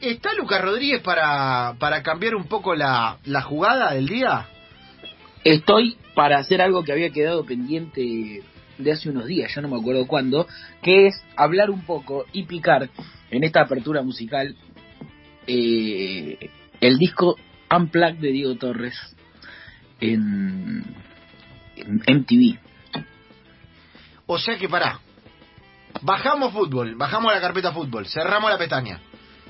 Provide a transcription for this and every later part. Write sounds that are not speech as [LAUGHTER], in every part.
¿Está Lucas Rodríguez para, para cambiar un poco la, la jugada del día? Estoy para hacer algo que había quedado pendiente de hace unos días, ya no me acuerdo cuándo, que es hablar un poco y picar en esta apertura musical eh, el disco Unplugged de Diego Torres en, en MTV. O sea que pará. Bajamos fútbol, bajamos la carpeta fútbol, cerramos la pestaña.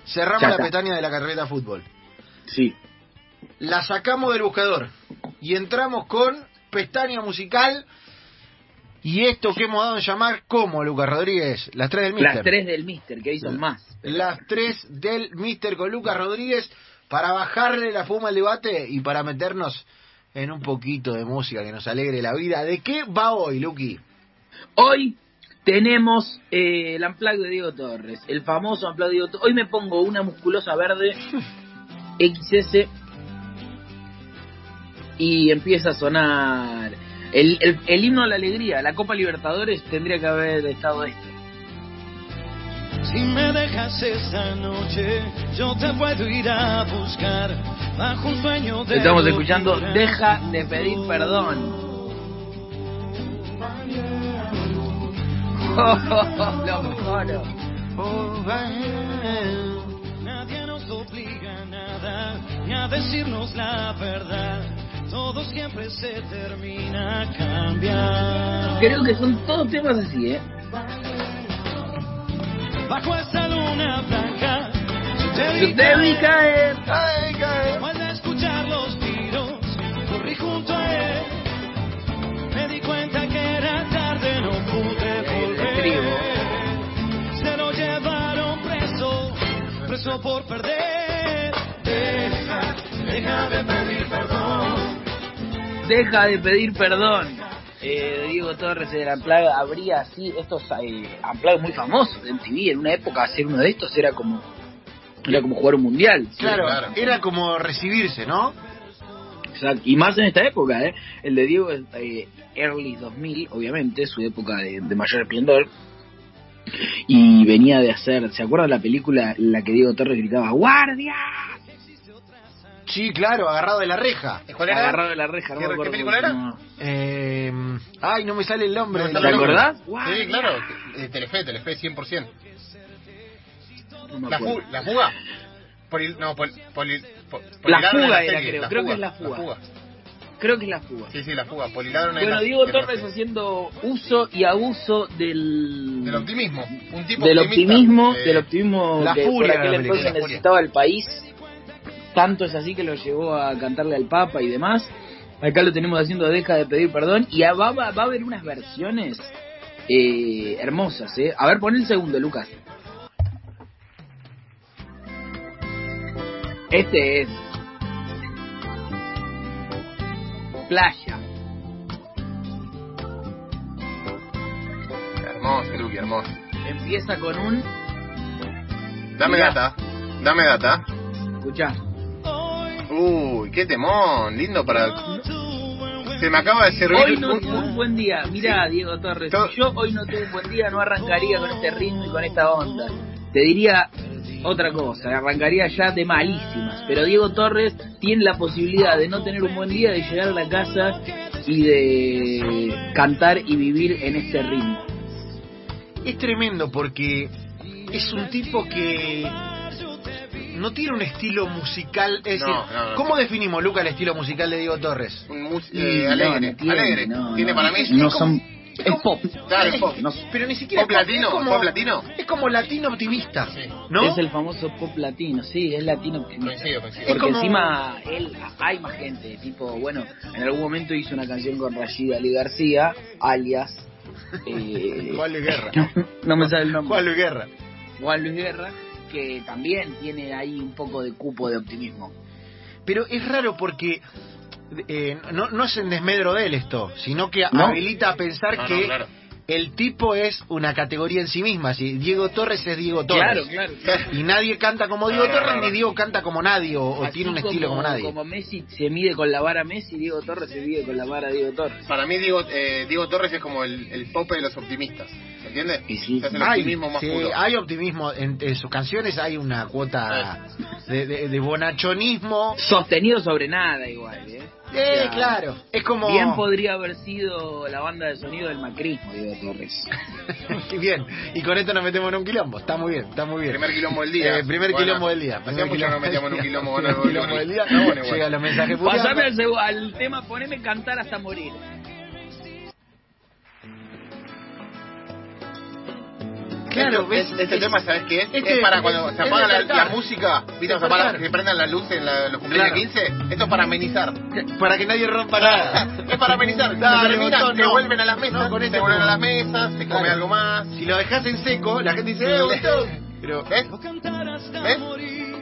Cerramos Ya la está. pestaña de la carpeta fútbol. Sí, La sacamos del buscador y entramos con pestaña musical y esto que hemos dado en llamar como Lucas Rodríguez, las tres del Mister. las tres del Mister, que hoy son más. Las tres del Mister con Lucas Rodríguez para bajarle la fuma al debate y para meternos en un poquito de música que nos alegre la vida. ¿De qué va hoy, Luqui? Hoy tenemos eh, el Unplugged de Diego Torres, el famoso Unplugged de Diego Torres. Hoy me pongo una musculosa verde XS y empieza a sonar el, el- el himno a la alegría. La Copa Libertadores tendría que haber estado esto. Si me dejas esta noche, yo te puedo ir a buscar bajo un sueño de. Estamos escuchando locura. Deja de pedir perdón. [LAUGHS] Oh, Lo mejor. Nadie nos obliga a nada, ni a decirnos la verdad. Todo siempre se termina a cambiar. Creo que son todos temas así, ¿eh? Bajo esa luna blanca, te Yo te vi caer. Al escuchar los tiros, corrí junto a él. Me di cuenta que era tarde, no pude volver. Se lo llevaron preso, preso por perder. Deja, deja de pedir perdón. Deja de pedir perdón. Eh, de Diego Torres de la Plaga habría así estos eh, amplados muy famosos en TV. En una época hacer uno de estos era como era como jugar un mundial. Claro, claro. era como recibirse, ¿no? Exacto. Y más en esta época, ¿eh? El de Diego es eh, early 2000, obviamente, su época de, de mayor esplendor. Y venía de hacer, ¿se acuerdan la película en la que Diego Torres gritaba ¡Guardia! Sí, claro, agarrado de la reja. ¿Cuál era? Agarrado de la reja, no ¿Qué- me qué acuerdo película cómo era? se llamaba. Eh, ay, no me sale el nombre. No me del- ¿Te sale el nombre. acordás? Sí, claro, eh, Telefe, Telefe 100%. No me ¿La, acuerdo. ju- la fuga? Poli- no, pol- poli- po- La polilaron en fuga era, serie, creo. Creo que es la fuga. Creo que es la fuga. Sí, sí, la fuga. Polilaron en Bueno, la- Diego en la Torres serie. haciendo uso y abuso del... Del optimismo. Un tipo del optimista, optimismo, eh, del optimismo La que furia por era aquel la entonces película, la necesitaba el país. Tanto es así que lo llevó a cantarle al Papa y demás. Acá lo tenemos haciendo deja de pedir perdón y a- va, va, va a haber unas versiones eh, hermosas, ¿eh? A ver, pon el segundo, Lucas. Este es Playa. Hermoso, Luqui, hermoso. Empieza con un, Dame Mirá. data. Dame data. escuchá, Hoy Uy, qué temón. Lindo para... no tuve un buen Se me acaba de servir... Hoy no un- tuvo un buen día. Mirá, Diego Torres, To- si yo hoy no tuve un buen día, no arrancaría con este ritmo y con esta onda. Te diría otra cosa, arrancaría ya de malísimas. Pero Diego Torres tiene la posibilidad de no tener un buen día, de llegar a la casa y de cantar y vivir en este ritmo. Es tremendo porque es un tipo que no tiene un estilo musical. Es decir, No, no, no. ¿cómo definimos, Luca, el estilo musical de Diego Torres? un mus- Y eh, no, alegre, no tiene, alegre. no, tiene no. para mí... No son... [LAUGHS] Es como- pop. Claro, es pop. No- Pero ni siquiera Pop es latino, es como, pop latino. Es como latino optimista, Sí. ¿no? Es el famoso pop latino, sí, es latino. Coincido, coincido. Porque Es como- encima él, hay más gente, tipo, bueno, en algún momento hizo una canción con Rashid Ali García, alias... eh, Juan Luis Guerra. no me sale el nombre. Juan Luis Guerra. Juan Luis Guerra, que también tiene ahí un poco de cupo de optimismo. Pero es raro porque eh, no, no es en desmedro de él esto, sino que No. habilita a pensar No, no, que claro. el tipo es una categoría en sí misma. Si Diego Torres es Diego Torres. claro. Y nadie canta como Diego No, no, Torres, no, no. ni Diego canta como nadie, o, o Así tiene un como- estilo como nadie. Como Messi se mide con la vara Messi, Diego Torres se mide con la vara Diego Torres. Para mí Diego, eh, Diego Torres es como el, el pope de los optimistas. El ¿entiendes? Y sí. Se hace el Hay, optimismo más sí, puro. hay optimismo en, en sus canciones, hay una cuota de, de- de bonachonismo. Sostenido sobre nada igual, ¿eh? Eh, Ya. claro, es como... [LAUGHS] Bien podría haber sido la banda de sonido del macrismo, Diego Torres. bien, y con esto nos metemos en un quilombo, está muy bien, está muy bien. Primer quilombo del día. Eh, primer quilombo del día. Hacía primer mucho que quilombo no metíamos en un del día, quilombo con [LAUGHS] primer algo. quilombo del día. Está bueno igual. Llega los mensajes Pasame puteando. al, segu- al tema, poneme cantar hasta morir. Claro, Esto- ves, es- Este es- tema, ¿sabes qué es? este es para cuando es- se es apaga la, despertar. la música, ¿viste? Es Se, apaga- despertar. se prenden las luces en la- los cumpleaños Claro. 15. Esto es para amenizar. Para que nadie rompa nada. es para amenizar. Dale, se termina, botón, se no. vuelven a las mesas, No, con se este vuelven no. a las mesas, se come Claro. algo más. Si lo dejas en seco, la gente [LAUGHS] dice, eh, botón. Pero ¿Ves? Quiero cantar hasta ¿Ves? morir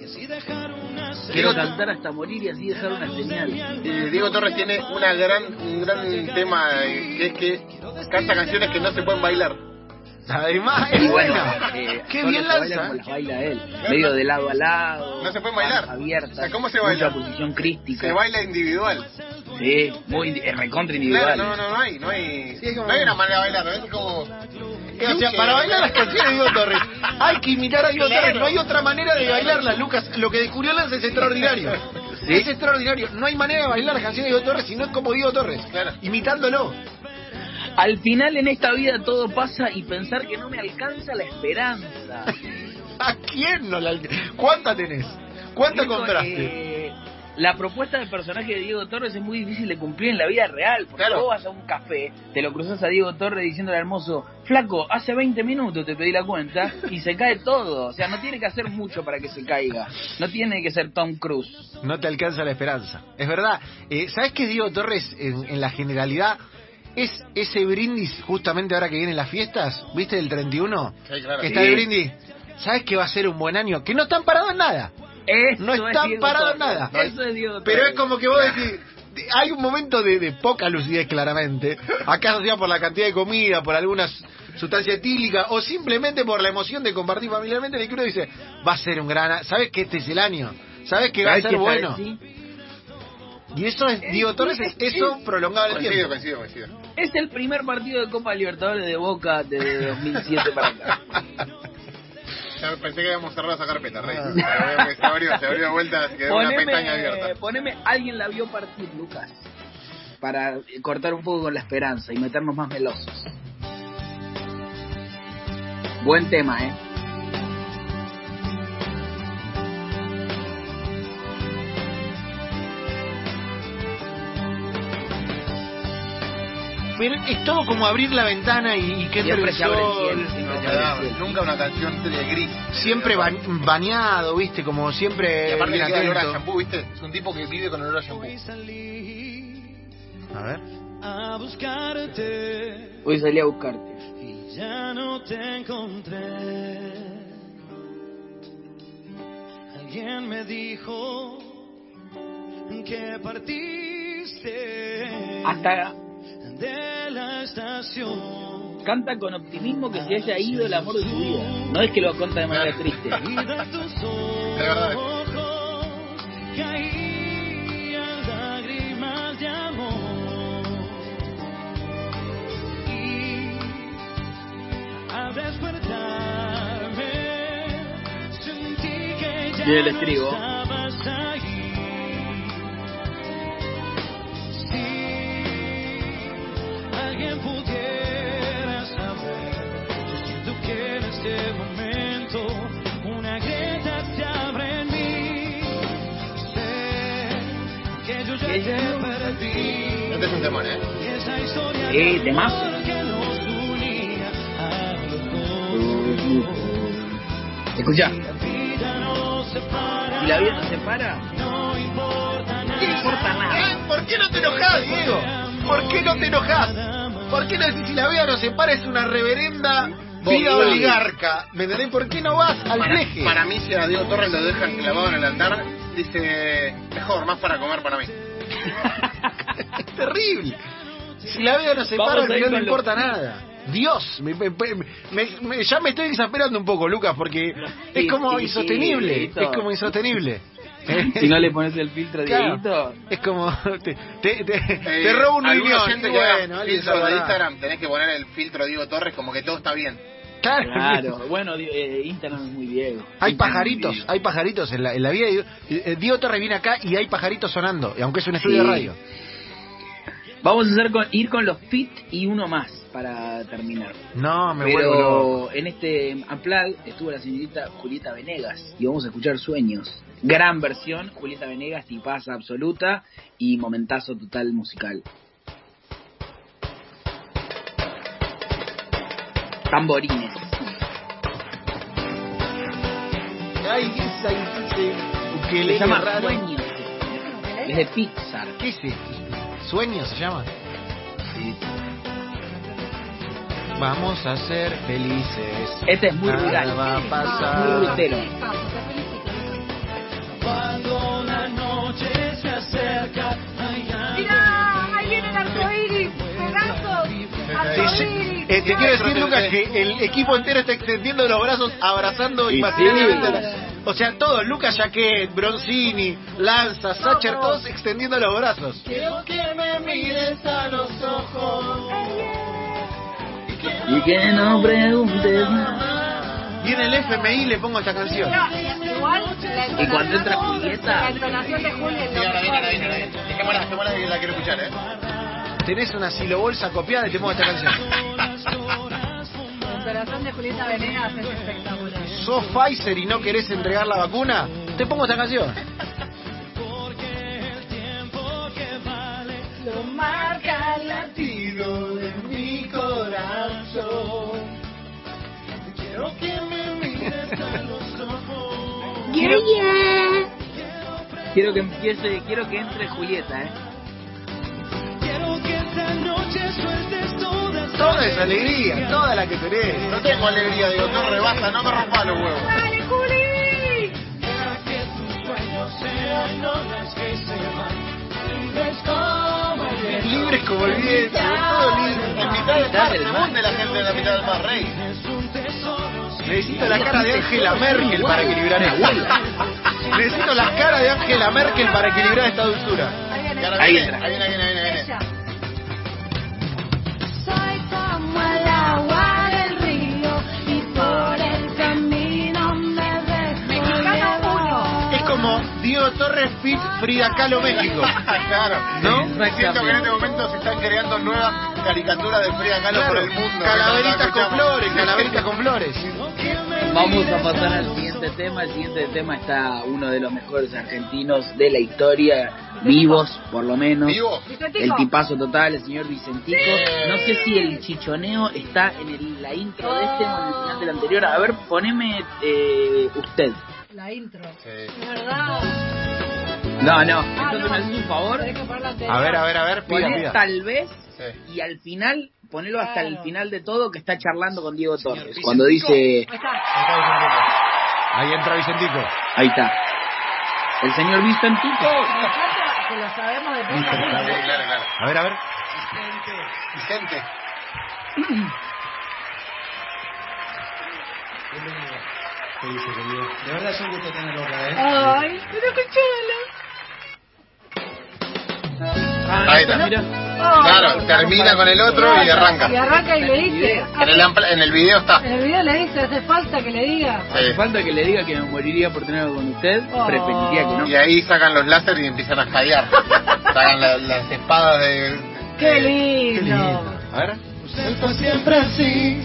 y así dejar una Quiero Diego- cantar hasta morir y así dejar una señal. Y Diego Torres tiene una gran, un gran tema eh, que es que canta canciones que no se pueden bailar. además Y es bueno, buena. eh, Qué solo bien se lanza. Baila como las baila él. Medio de lado a lado. No se puede bailar. manos Abiertas. O sea, ¿cómo se baila? Mucha posición crística. Se baila individual. Sí, muy indi- eh, recontra individual. Claro, no, no, no hay, no hay, Sí, es como- no hay una manera de bailar, es como... O sea, para bailar las canciones de Diego Torres hay que imitar a Diego Claro. Torres. No hay otra manera de bailarlas, Lucas. Lo que descubrió Lanza es [LAUGHS] extraordinario. Sí. Es extraordinario. No hay manera de bailar las canciones de Diego Torres si no es como Diego Torres. Claro. Imitándolo. Al final en esta vida todo pasa y pensar que no me alcanza la esperanza. ¿A quién no la ¿Cuánta tenés? ¿Cuánta Esto, compraste? eh, la propuesta de personaje de Diego Torres es muy difícil de cumplir en la vida real. Porque Claro. vos vas a un café, te lo cruzas a Diego Torres diciéndole al mozo, flaco, hace 20 minutos te pedí la cuenta y se cae todo. O sea, no tiene que hacer mucho para que se caiga. No tiene que ser Tom Cruise. No te alcanza la esperanza. Es verdad. Eh, ¿Sabes qué Diego Torres en, en la generalidad? Es ese brindis justamente ahora que vienen las fiestas, ¿viste? Del 31. Sí, claro. Que está Sí. el brindis. ¿Sabes que va a ser un buen año? Que no están parados en nada. Esto No es está Diego parado Torres. nada. Eso es Diego Pero Torres. es como que vos decís, de- hay un momento de, de poca lucidez claramente, acá sea por la cantidad de comida, por alguna s- sustancia etílica o simplemente por la emoción de compartir familiarmente, el que uno dice, va a ser un gran año, sabes que este es el año, sabes que va a ¿Sabés ser qué? bueno. ¿Sabés? Sí. Y eso es, digo, Torres, es eso prolongado en el Coincido, tiempo. coincido, coincido. Es el primer partido de Copa Libertadores de Boca desde 2007 para acá. Ya pensé que habíamos cerrado esa carpeta, Rey. Pero veo que Se abrió, se abrió de vuelta, se quedó una pestaña abierta. poneme, alguien la vio partir, Lucas. Para eh, cortar un poco con la esperanza y meternos más melosos. Buen tema, ¿eh? Pero es todo como abrir la ventana y, y que entre Siempre el se abre el sol. cielo, siempre No se me abre el daba, cielo. Nunca una canción de gris. Siempre ba- bañado, viste, como Y siempre. aparte bien le queda el olor a atento. shampoo, ¿viste? Es un tipo que vive con olor a shampoo. Hoy salí A ver. a buscarte Hoy salí a buscarte. y ya no te encontré. Alguien me dijo que partiste Hasta de la estación. canta con optimismo que se haya ido el amor de su vida. No es que lo canta de manera [LAUGHS] triste. Y de tus verdad. ojos caían lágrimas de amor. Y al despertarme sentí que ya Viene el no estribo. estabas ahí. Si alguien pudiera saber, yo siento que en este momento una grieta se abre en mí. Sé que yo ya Que ya te no perdí. Este es un temón, ¿eh? Y esa historia Eh, de temazo. amor que nos unía a los dos. Escucha. La vida nos separa, Si la vida nos separa, [LAUGHS] no importa no te importa nada. ¿Por qué no te enojás, Diego? ¿Por qué no te enojás? ¿Por qué no decís, si la vea no se para es una reverenda vida Vos, oligarca? ¿Me entendés? ¿Por qué no vas al Para, peje? para mí, si a Diego Torres lo dejan clavado en el altar, dice, mejor, más para comer para mí. Es terrible. Si la vida no se Vamos para, a al ir final no con lo- importa nada. Dios, me- me- me- me- me- ya me estoy exasperando un poco, Lucas, porque es Sí, como sí, insostenible. sí, Es como insostenible. [LAUGHS] Eh. si no le pones el filtro, Claro. [LAUGHS] Dieguito. Es como. Te, te, te, Eh, te robo un algún riñón. oyente y que haga bueno, alguien filtro sabrá. de Instagram, tenés que poner el filtro Diego Torres como que todo está bien. Claro. Claro, bueno, di- eh, Instagram es muy viejo. [LAUGHS] Hay Instagram es pajaritos, muy viejo. hay pajaritos en la, en la vida. de- eh, Diego Torres viene acá y hay pajaritos sonando, y aunque es un estudio Sí. de radio. Vamos a hacer con, ir con los fit y uno más para terminar. No, Ah, me vuelvo loco. Pero en este Unplugged estuvo la señorita Julieta Venegas y vamos a escuchar Sueños. Gran versión, Julieta Venegas, tipaza absoluta y momentazo total musical. Tamborines. Ay, ¿qué es ahí? Sí. Que Se le llama raro. Sueños. ¿Eh? Es de Pixar. ¿Qué es esto? Sueño se llama. Vamos a ser felices. Este es muy Nada rural. va a Ah, pasar. Muy rutero. Cuando la noche se acerca, hay algo Mirá, ahí viene el arcoíris, pedazos. Sí, Arcoíris. eh, te quiero decir, Lucas, que el equipo entero está extendiendo los brazos, abrazando Y impaciblemente. sí. la- O sea, todos, Lucas Jaquet, Bronzini, Lanza, Sacher, todos extendiendo los brazos. Quiero que me mires a los ojos. Y que no preguntes más. más. Y en el FMI le pongo esta canción. No, igual la Y cuando entra entonación- Julieta. La entonación de Julio es Sí, lo ahora viene, ahora viene, mejor. ahora viene. Dejémosla, dejémosla que la quiero escuchar, ¿eh? Tenés una silobolsa copiada y te pongo esta canción. La entonación de Julieta Venegas es espectacular. ¿Sos Pfizer y no querés entregar la vacuna? Te pongo esta canción. Lo marca la Latido de mi corazón. Quiero que me mires a los ojos. Quiero que empiece, quiero que entre Julieta, eh. Quiero que esta noche sueltes todas Toda esa alegría, toda la que tenés. No tengo alegría, Diego Torres, basta, no me rompa los huevos. ¡Dale, Juli! Deja que tus sueños sean olas que se van. Libres como el viento. Libres como el viento, todo En libre. mitad del mar, del se mar. hunde la gente de la mitad del mar, [LAUGHS] rey. Es un tesoro sin Necesito la cara de Angela Merkel para equilibrar esto. Necesito la cara de Angela Merkel para equilibrar esta dulzura. Ahí Y viene. ahora Ahí viene, entra. ahí viene, ahí viene, ahí viene. Ella. Soy como el agua del río y por el camino me dejo llevar. Es como Diego Torres Fit Frida Kahlo México. Ah, claro, ¿No? Siento que en este momento se están creando nuevas caricaturas de Frida Kahlo por el mundo. calaveritas Escuchamos. con flores, calaveritas con flores. Vamos a pasar al siguiente tema. El siguiente tema está uno de los mejores argentinos de la historia, vivos por lo menos. Vivo. Vicentico. El tipazo total, el señor Vicentico. No sé si el chichoneo está en el- la intro de este o en el final del anterior. A ver, poneme eh, usted. La intro. Sí. De verdad. No, no, Ah, entonces me no. haces un favor. Tenés que poner la A ver, anterior. a ver, a ver, pida, Poné pida. tal vez Sí. y al final, ponelo hasta el Claro. final de todo que está charlando con Diego Torres. Cuando dice... Ahí está. Ahí entra Vicentico. Ahí está. El señor Vicentico. Aparte, Que lo sabemos de punta a punta. Sí, claro, claro. A ver, a ver. Vicente. De verdad es un gusto tenerlo acá, ¿eh? Ay, pero escuchala. Ahí está. Mira. Claro, termina con el otro y oh. Y arranca. arranca y le dice. En el, ampla- en el video está. En el video le dice, hace falta que le diga. Hace Sí. falta que le diga que me moriría por tenerlo con usted, Oh. preferiría que no. Y ahí sacan los láser y empiezan a [LAUGHS] jadear. Sacan la- las espadas de. ¡Qué Qué lindo! lindo. A ver. Usted fue siempre así,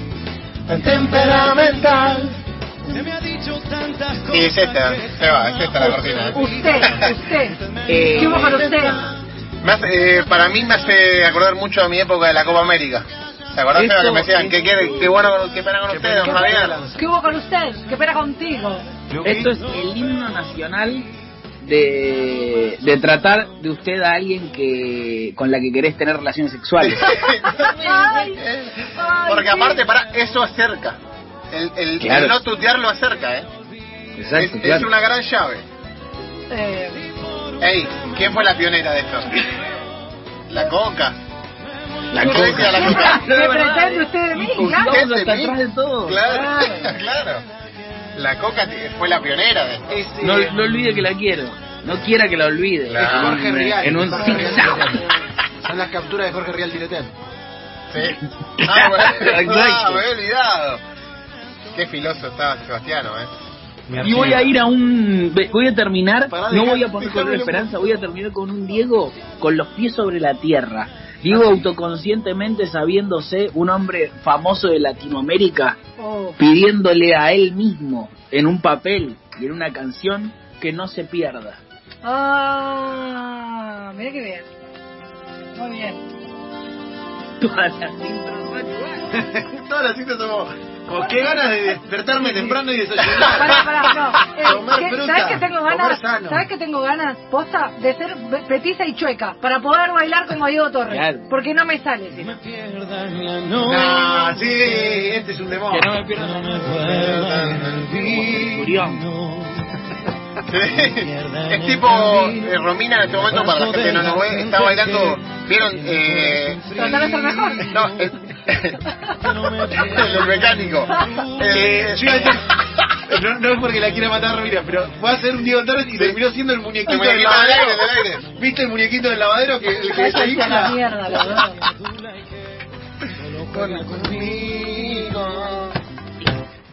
tan temperamental. Se me ha dicho tantas cosas. Sí, es esta, Seba, es esta la cortina. Usted, usted. Eh, ¿Qué hubo para usted? Me hace- eh, para mí me hace acordar mucho a mi época de la Copa América. ¿Te acordás Eso Seba, que me decían es- qué, quiere- qué bueno con, qué pena con Qué pena ustedes, don con Javier? ustedes. ¿Qué hubo con usted? ¿Qué pena contigo? Esto es el himno nacional de, de tratar de usted a alguien que con la que querés tener relaciones sexuales. [LAUGHS] Ay, ay, Porque sí. aparte, para eso acerca. El, el- el Claro. no tutearlo acerca, ¿eh? Es, Exacto, es claro. una gran llave. Eh, Ey, ¿quién fue la pionera [LAUGHS] de esto? La coca. La Yo decía la [LAUGHS] coca. ¿Qué pretende usted de mí? Claro. Vamos Gente, hasta ¿sí? atrás de todo. Claro, claro. La coca te- fue la pionera de esto. Es, eh, No, no olvide que la quiero. No quiera que la olvide. Claro. En un- Jorge Rial. en un Jorge Rial zigzag. tiroteando. Son las capturas de Jorge Rial tiroteando. Sí. Ah, bueno, Exacto. ah, me había olvidado. Qué filoso estaba Sebastiano, ¿eh? Y voy a ir a un. ve- Voy a terminar. Pará, no dejá- voy a poner con dejámelo. una esperanza, voy a terminar con un Diego con los pies sobre la tierra. Diego Ah. autoconscientemente sabiéndose un hombre famoso de Latinoamérica oh. pidiéndole a él mismo en un papel y en una canción que no se pierda. [LAUGHS] Ah, mira que bien. Muy bien. Todas las intros. Todas las citas somos. Como qué ganas de despertarme temprano y [LAUGHS] Pará, desayunar. pará, no. Eh, Comer ¿qué- fruta, ¿Sabes que tengo comer ganas? sano. ¿Sabes que tengo ganas, posta, de ser be- petiza y chueca para poder bailar como Diego Torres? Claro. Porque no me sale. si no. me pierda en la noche. Nah, sí, este es un demonio. Que no me No pierda me vuelva el Curión. vino. Sí. Es tipo eh, Romina en este momento para la gente que no nos ve, está bailando, vieron eh, Tratar de [LAUGHS] ser mejor. no, el, el mecánico. Eh, Eh, yo iba a decir- [LAUGHS] no, no es porque la quiera matar, mira, pero fue a ser un Diego Torres y terminó siendo el el muñequito del muñequito del lavadero. aire, del aire. ¿Viste el muñequito del lavadero que el que Váyanse a la desayuna? mierda, la verdad.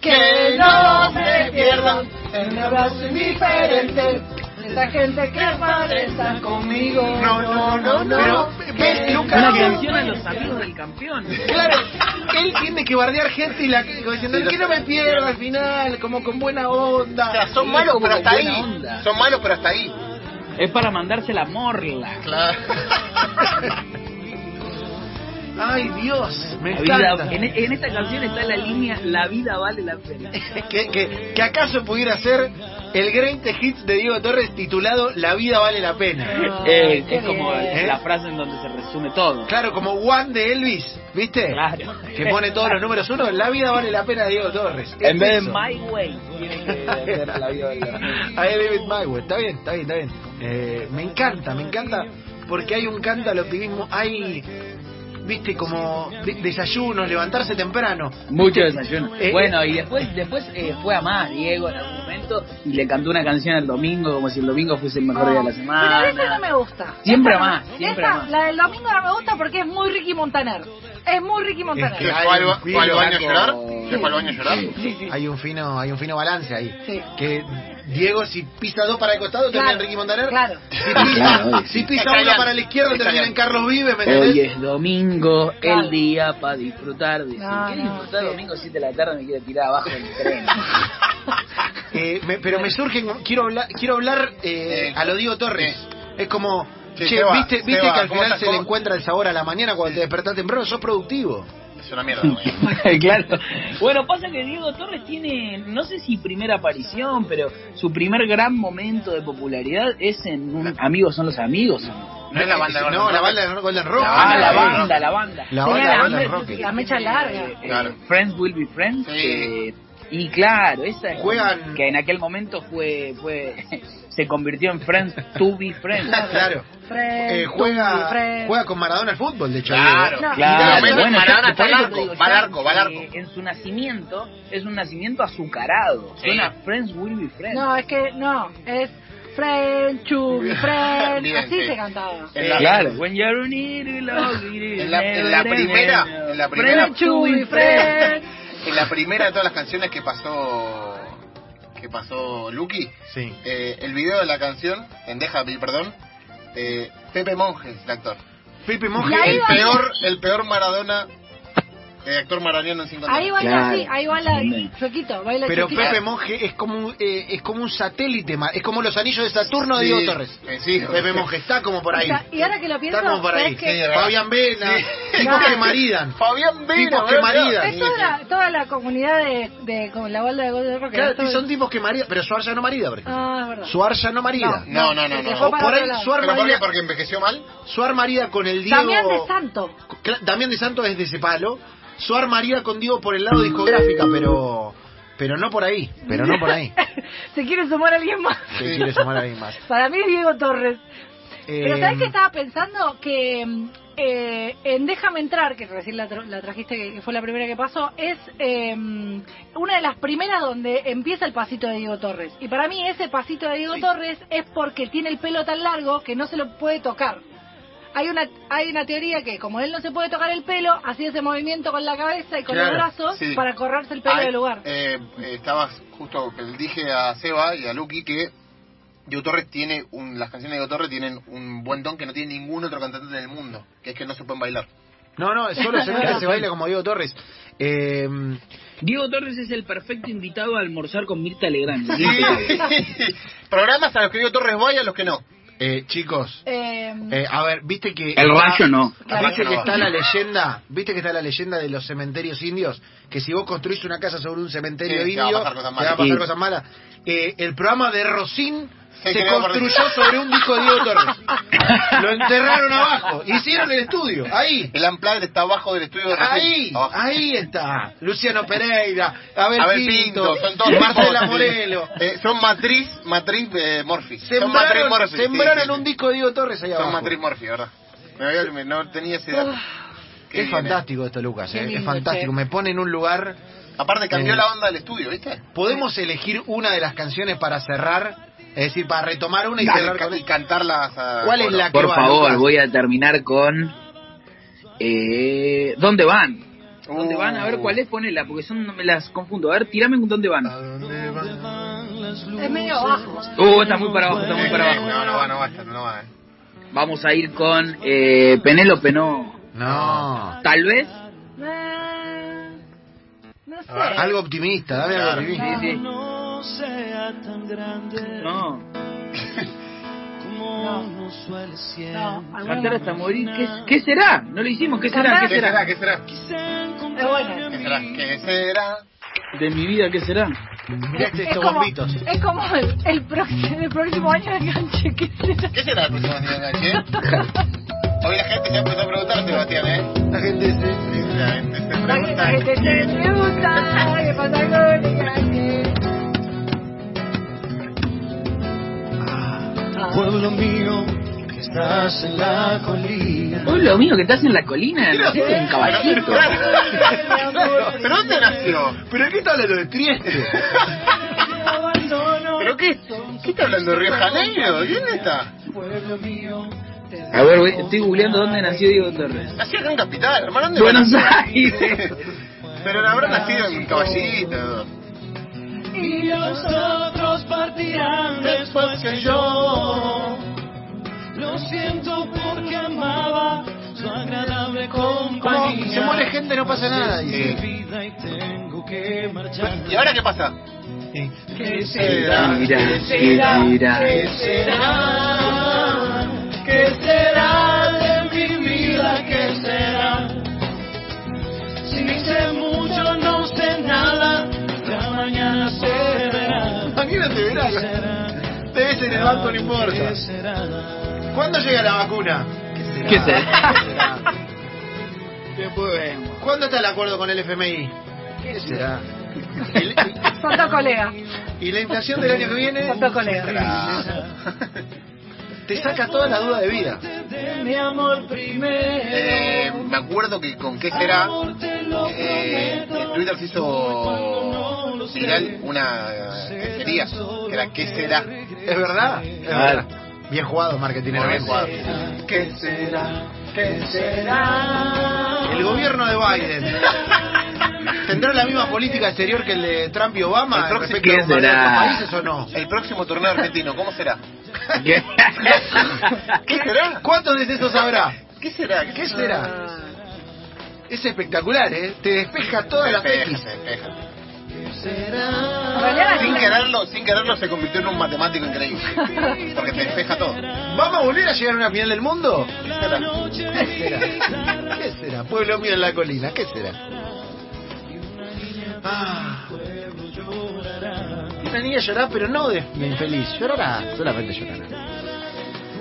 Que no se pierdan en abrazo indiferente. Esta gente que padre está conmigo. No, no, no, no. Pero, ¿ves, Lucas? Una que- canción a los amigos del campeón. Claro, él tiene que bardear gente y la como diciendo, que no me pierda al final, como con buena onda. O sea, son malos pero hasta ahí. Buena onda. Son malos pero hasta ahí. Es para mandarse la morla. Claro. [LAUGHS] Ay, Dios, me La vida- encanta. en, este- en esta canción está la línea La vida vale la pena. Que, que, que acaso pudiera ser el Great Hits de Diego Torres titulado La vida vale la pena. Eh, Ah, qué es como bien. la frase en donde se resume todo. Claro, como One de Elvis, ¿viste? Claro. [LAUGHS] Que pone todos los números uno, La vida vale la pena de Diego Torres. En Es vez de eso. My Way, tiene que hacer la vida vale la [LAUGHS] pena. I live it my way. Está bien, está bien, está bien. Eh, me encanta, me encanta porque hay un canto al optimismo, hay, viste, como de- desayunos, levantarse temprano. Mucho [LAUGHS] desayuno. Eh, bueno, y después después eh, fue a más Diego en algún momento y le cantó una canción al domingo como si el domingo fuese el mejor día de la semana. Ah, Pero esa no me gusta. Siempre Esa no- más, siempre esa, más. La del domingo no me gusta porque es muy Ricky Montaner. Es muy Ricky Montaner. Es ¿Se que- fue al, ba- fue al baño a llorar? Sí. ¿Se fue al baño a llorar? Sí, sí. Hay un fino, hay un fino balance ahí. Sí. Que Diego si pisa dos para el costado termina en Claro, Ricky Montaner. claro. Si pisa, Ah, Claro, obvio, si sí. pisa Está uno bien. para la izquierda Está termina bien. en Carlos Vives, ¿me Hoy entendés? es domingo, Claro. el día para disfrutar. De... No, si no, quieres disfrutar sí. domingo 7 de la tarde me quiero tirar abajo del tren. Eh, me- pero me surgen, quiero hablar, quiero hablar eh, Sí. a lo Diego Torres. Es como, Sí, che, Seba, viste, viste Seba, que al ¿cómo final estás? se le ¿Cómo? encuentra el sabor a la mañana cuando te despertás temprano, sos productivo. Es una mierda. [LAUGHS] güey. claro. Bueno, pasa que Diego Torres tiene, no sé si primera aparición, pero su primer gran momento de popularidad es en un Amigos son los amigos. No es la banda No, Golden la Rock. banda de Golden Rock. Ah, Ah, la la banda, la banda. La Tenía banda, la- la banda de Sí, Rock. La mecha larga. Eh, Claro. Friends Will Be Friends. Sí. eh, y claro, esa es Juegan- que en aquel momento fue, fue se convirtió en Friends to be Friends. [LAUGHS] Claro. Friend, Eh, Tutti, juega, friend. juega con Maradona al fútbol, de hecho. Claro, Diego. No. Claro, Pero bueno, Maradona por está al eso te arco, digo, va al ya, arco, va al eh, arco. en su nacimiento es un nacimiento azucarado. Sí. Suena Friends Will Be Friends. No, es que no. Es Friend, [LAUGHS] Chubi, Friend. Bien, Así sí. se cantaba. En la- Claro. When you're in it, you love it, En la- en la never end. primera- en la primera- Friend, Friends to be Chubi, Friends. Friend. En la primera de todas las canciones que pasó que pasó Lucky, Sí. eh, el video de la canción, en Deja Bill, perdón, eh, Pepe Monjes, el actor. Pipi Y Monge. ahí El va- peor, el peor Maradona, el actor maradoniano en 50 Ahí baila Claro. así, ahí baila Sí. chuequito, baila Pero chuequito. Pepe Monge es como un, eh, es como un satélite, ma- es como los anillos de Saturno de Sí, Diego Torres. eh, sí. Pepe Monge está como por ahí. O sea, y ahora que lo pienso, está como por ahí. ¿sabes qué? Sí, es verdad. Fabián Vela, tipos que maridan. Fabián Vino, Tipos que maridan. Es toda la, toda la comunidad de, de con la banda de Golden Rock. Claro, ¿no? Todo- son tipos que maridan, pero Suar ya no marida, por ejemplo. Ah, es verdad. Suar ya no marida. No, no, no, se no. dejó O para por otro ahí, lado. Suar ¿Pero por qué? marida, ¿Porque envejeció mal? Suar marida con el Diego... Damián de Santo. Cla- Damián de Santos es de ese palo. Suar María con Diego por el lado discográfica, pero pero no por ahí. Pero [LAUGHS] no por ahí. Se quiere sumar alguien más. Que quiere sumar a alguien más. Para mí es Diego Torres. Eh, Pero ¿sabés qué estaba pensando? Que mm, eh, en Déjame entrar, que recién la, tra- la trajiste, que- que fue la primera que pasó, es eh, una de las primeras donde empieza el pasito de Diego Torres. Y para mí ese pasito de Diego Torres es porque tiene el pelo tan largo que no se lo puede tocar. Hay una, hay una teoría que como él no se puede tocar el pelo, hacía ese movimiento con la cabeza y con Claro, los brazos sí. para correrse el pelo Ay, del lugar. eh, eh, estabas justo, que le dije a Seba y a Lucky que Diego Torres tiene, un, las canciones de Diego Torres tienen un buen don que no tiene ningún otro cantante del mundo, que es que no se pueden bailar. No, no, solo se nota que se baila como Diego Torres. Eh, Diego Torres es el perfecto invitado a almorzar con Mirta Legrand. Sí. Ah, [LAUGHS] Programas a los que Diego Torres vaya, a los que no. eh, chicos, Eh, eh, a ver, viste que... El rayo no. Claro. Viste que está la leyenda, viste que está la leyenda de los cementerios indios, que si vos construís una casa sobre un cementerio Sí, te va a indio, pasar cosas te va a malas. pasar Sí. cosas malas. Eh, el programa de Rosín Se se, creó por- construyó sobre un disco de Diego Torres. [LAUGHS] Lo enterraron abajo, hicieron el estudio, ahí. El Unplugged está abajo del estudio de Ahí, Abajo. ahí está. Luciano Pereira, Abel, A ver, Pinto, Pinto, son todos Marcela tipos, sí. Morelo. [LAUGHS] Eh, son matriz, matriz eh, Morphy. son matriz Sembraron, Morphy. sí, sembraron sí, sí. un disco de Diego Torres ahí Son abajo. Ah, matriz Morphy, ¿verdad? Me había- me- no tenía ese dato. Qué Es bien, eh. fantástico esto, Lucas. Qué eh, Es lindo, fantástico. che. Me pone en un lugar... Aparte cambió Eh. la onda del estudio, ¿viste? ¿Podemos elegir una de las canciones para cerrar? Es decir, para retomar una y Dale, cerrar ca- con y esta. cantarlas a- ¿Cuál es bueno. la que Por va, favor, Lucas? voy a terminar con... eh, ¿Dónde van? ¿Dónde Uh. van? A ver cuál es, ponela, porque son, me las confundo. A ver, tirame con dónde van. es medio bajo. Uh, está muy para abajo, está muy Eh, para eh, abajo. No, no va, no va, no va. eh. Vamos a ir con eh, Penélope, no. No. Tal vez. Eh, no sé. Algo optimista, dame algo Claro. Sí, optimista. sí. No sea tan grande No. como uno suele No, siempre. alguna- Cantar hasta morir. ¿Qué, qué será? No lo hicimos. ¿Qué será? Cantar. ¿Qué ¿Qué será? será? ¿Qué será? Quise Es bueno. ¿Qué encontrar en será? mí ¿Qué será? De mi vida, ¿qué será? Mirate Es estos como- bombitos. Es como el, el próximo, el próximo año de enganche. ¿Qué será? ¿Qué será pues? el próximo día de [LAUGHS] noche? Hoy la gente se ha puesto a preguntar, Sebastián, ¿eh? La gente se- Sí, La gente se La que- la pregunta. que te- te- te gusta, que pasa algo de enganche. Pueblo mío, que estás en la colina. Oh, lo mío que estás en la colina, naciste en caballito. ¿Pero dónde nació? ¿Pero qué está hablando de Trieste? ¿Pero qué? ¿Qué está hablando de Río de Janeiro? ¿Quién está? A ver, voy- estoy googleando dónde nació Diego Torres. Nació acá en Capital, hermano. ¿dónde Buenos nació? Aires. Pero habrá nacido en Caballito. y los otros partirán después que yo. Lo siento porque amaba su agradable Como compañía. se muere gente, no pasa nada. dice. Sí. Mi vida y tengo que marchar. ¿Y ahora qué pasa? ¿Qué será? Mira, ¿Qué será? mira. ¿Qué será? ¿Qué será de mi vida? ¿Qué será? Si no hice mucho, no sé nada. Ya mañana se verá. Mañana te verás. Te ves en el banco, no importa. ¿Cuándo llega la vacuna? ¿Qué ¿Qué será? será? ¿Cuándo está el acuerdo con el FMI? ¿Qué será? Y- Santo colega. ¿Y la inflación del año que viene? Santo colega. Te saca toda la duda de vida. Mi amor primero. Eh, me acuerdo que con qué será. Amor, te lo Eh, en prometo. Twitter se hizo viral una eh, sería que era ¿Qué será? ¿Es verdad? Es verdad. Bien jugado, marketing. Muy bien jugado. ¿Qué será? ¿Qué será? El gobierno de Biden. ¿Tendrá la misma política exterior que el de Trump y Obama El en próximo- respecto a ¿Qué los de será? otros países o no? El próximo torneo argentino, ¿cómo será? ¿Qué? ¿Qué será? Ah. ¿Cuántos decesos habrá? ¿Qué será? ¿Qué será? Es espectacular, ¿eh? Te despeja todas las Despeja, X. se despeja. En realidad Sin es- quererlo, sin quererlo se convirtió en un matemático increíble. Porque te despeja todo. ¿Vamos a volver a llegar a una final del mundo? ¿Qué será? ¿Qué será? ¿Qué será? Pueblo mío en la colina, ¿qué será? Ah. Una niña llorará, pero no de, de infeliz, llorará, solamente llorará.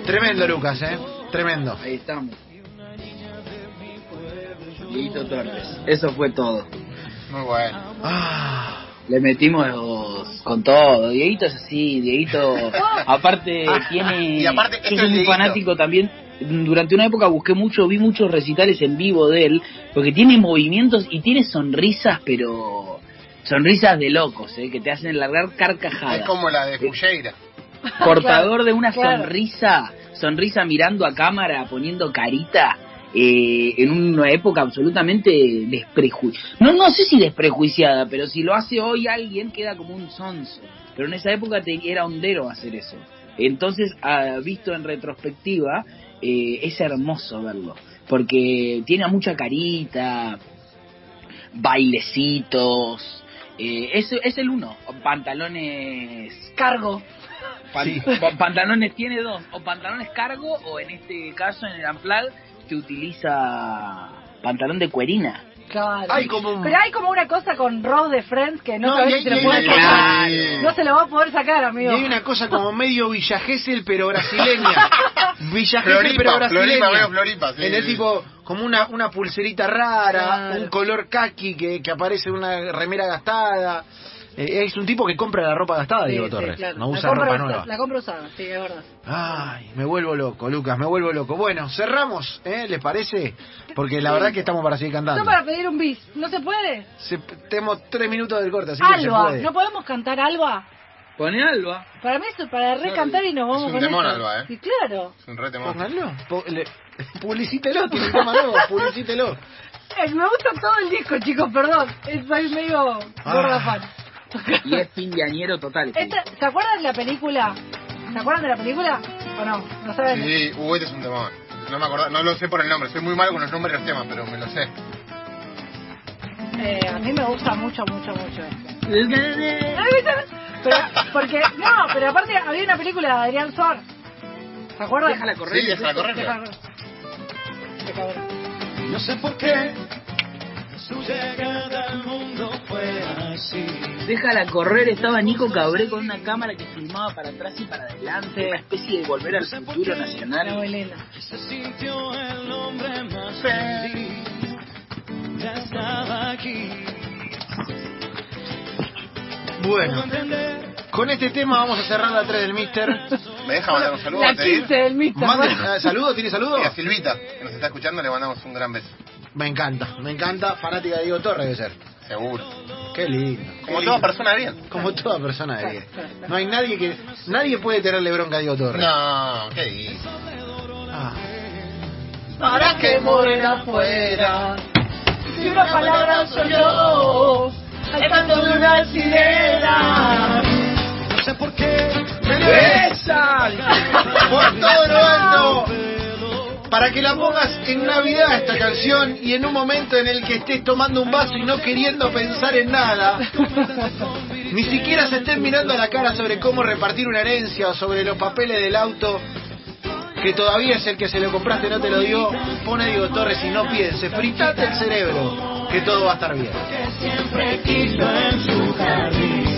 Tremendo, Lucas, ¿eh? Tremendo. Ahí estamos. Dieguito Torres. Eso fue todo. Muy bueno. Ah. Le metimos con todo. Dieguito es así, [LAUGHS] Dieguito. Aparte, tiene. Ah, Y aparte, este yo es soy muy Dieguito. fanático también. Durante una época busqué mucho, vi muchos recitales en vivo de él, porque tiene movimientos y tiene sonrisas, pero. Sonrisas de locos, ¿eh? que te hacen largar carcajadas. Es como la de Culleira. Portador de una claro. sonrisa, sonrisa mirando a cámara, poniendo carita, eh, en una época absolutamente desprejuiciada. No, no sé si desprejuiciada, pero si lo hace hoy alguien queda como un sonso. Pero en esa época te- era hondero hacer eso. Entonces, ah, visto en retrospectiva, eh, es hermoso verlo. Porque tiene mucha carita, bailecitos. eh, es, es el uno. Pantalones Cargo. Pan- pa- Pantalones tiene dos, o pantalones cargo o en este caso en el Amplad que utiliza pantalón de cuerina. Claro. Hay como un- Pero hay como una cosa con Ross de Friends que no, No, sabés y si hay- se lo y hay- puede y hay- sacar. y hay- No se lo va a poder sacar, Y amigo. hay una cosa como medio Villa Gesell, pero brasileña. Villa Gesell, Floripa, pero brasileña. Floripa, veo Floripa, sí, en el sí, tipo, como una, una pulserita rara, Claro. un color kaki que, que aparece en una remera gastada. Eh, es un tipo que compra la ropa gastada, Sí, Diego sí, Torres. claro. No La usa compra ropa usa- nueva. La compra usada, sí, es verdad. Ay, me vuelvo loco, Lucas, me vuelvo loco. Bueno, cerramos, ¿eh? ¿Les parece? Porque la verdad que estamos para seguir Yo cantando. para pedir un bis, ¿no se puede? Se- tenemos tres minutos del corte, así que se Alba, puede. ¿no podemos cantar Alba? Pone Alba. Para mí eso, para recantar y nos es vamos un con temón, eso. Alba, ¿eh? Y claro. Es un re temón. Pónganlo. po- le- Publicítelo, tiene un tema nuevo, publicítelo. Eh, Me gusta todo el disco, chicos, perdón. Eh, Soy medio gorda Ah. fan. Y es pindiañero total. [LAUGHS] este Esta- ¿Se acuerdan de la película? ¿Se acuerdan de la película? ¿O no? ¿No saben? Sí, uh, este es un temón. No me acuerdo, no lo sé por el nombre, soy muy malo con los nombres de los temas, pero me lo sé. Eh, a mí me gusta mucho, mucho, mucho este. disco. Pero, porque, no, pero aparte había una película de Adrián Suárez. ¿Se acuerdan? Déjala correr. Sí, déjala correr. Qué cabrón. No sé por qué su llegada al mundo fue así. Déjala correr, estaba Nico Cabré con una cámara que filmaba para atrás y para adelante, una especie de volver al futuro Era nacional. muy linda. Se sintió el hombre más feliz. Ya estaba aquí. Puedo Bueno, entender. con este tema vamos a cerrar la 3 del Mister. Me deja mandar un saludo La antes de ir? 15 del Mister. [LAUGHS] Mande- ¿no? eh, ¿Saludo? ¿Tiene saludo? Y a Silvita, que nos está escuchando, le mandamos un gran beso. Me encanta, me encanta. Fanática de Diego Torres debe ser. Seguro. Qué lindo. Como qué toda lindo. persona bien. Como toda persona de Diego. No hay nadie que... Nadie puede tenerle bronca a Diego Torres. No, ¿qué dices? Ah. Para que morena fuera. Si una palabra soy yo. Al canto de una sirena. No sé por qué. Me Por todo lo alto. Para que la pongas en Navidad esta canción y en un momento en el que estés tomando un vaso y no queriendo pensar en nada, ni siquiera se estén mirando a la cara sobre cómo repartir una herencia o sobre los papeles del auto que todavía es el que se lo compraste no te lo dio, pone Diego Torres y no pienses, fritate el cerebro, que todo va a estar bien. siempre quiso en su jardín.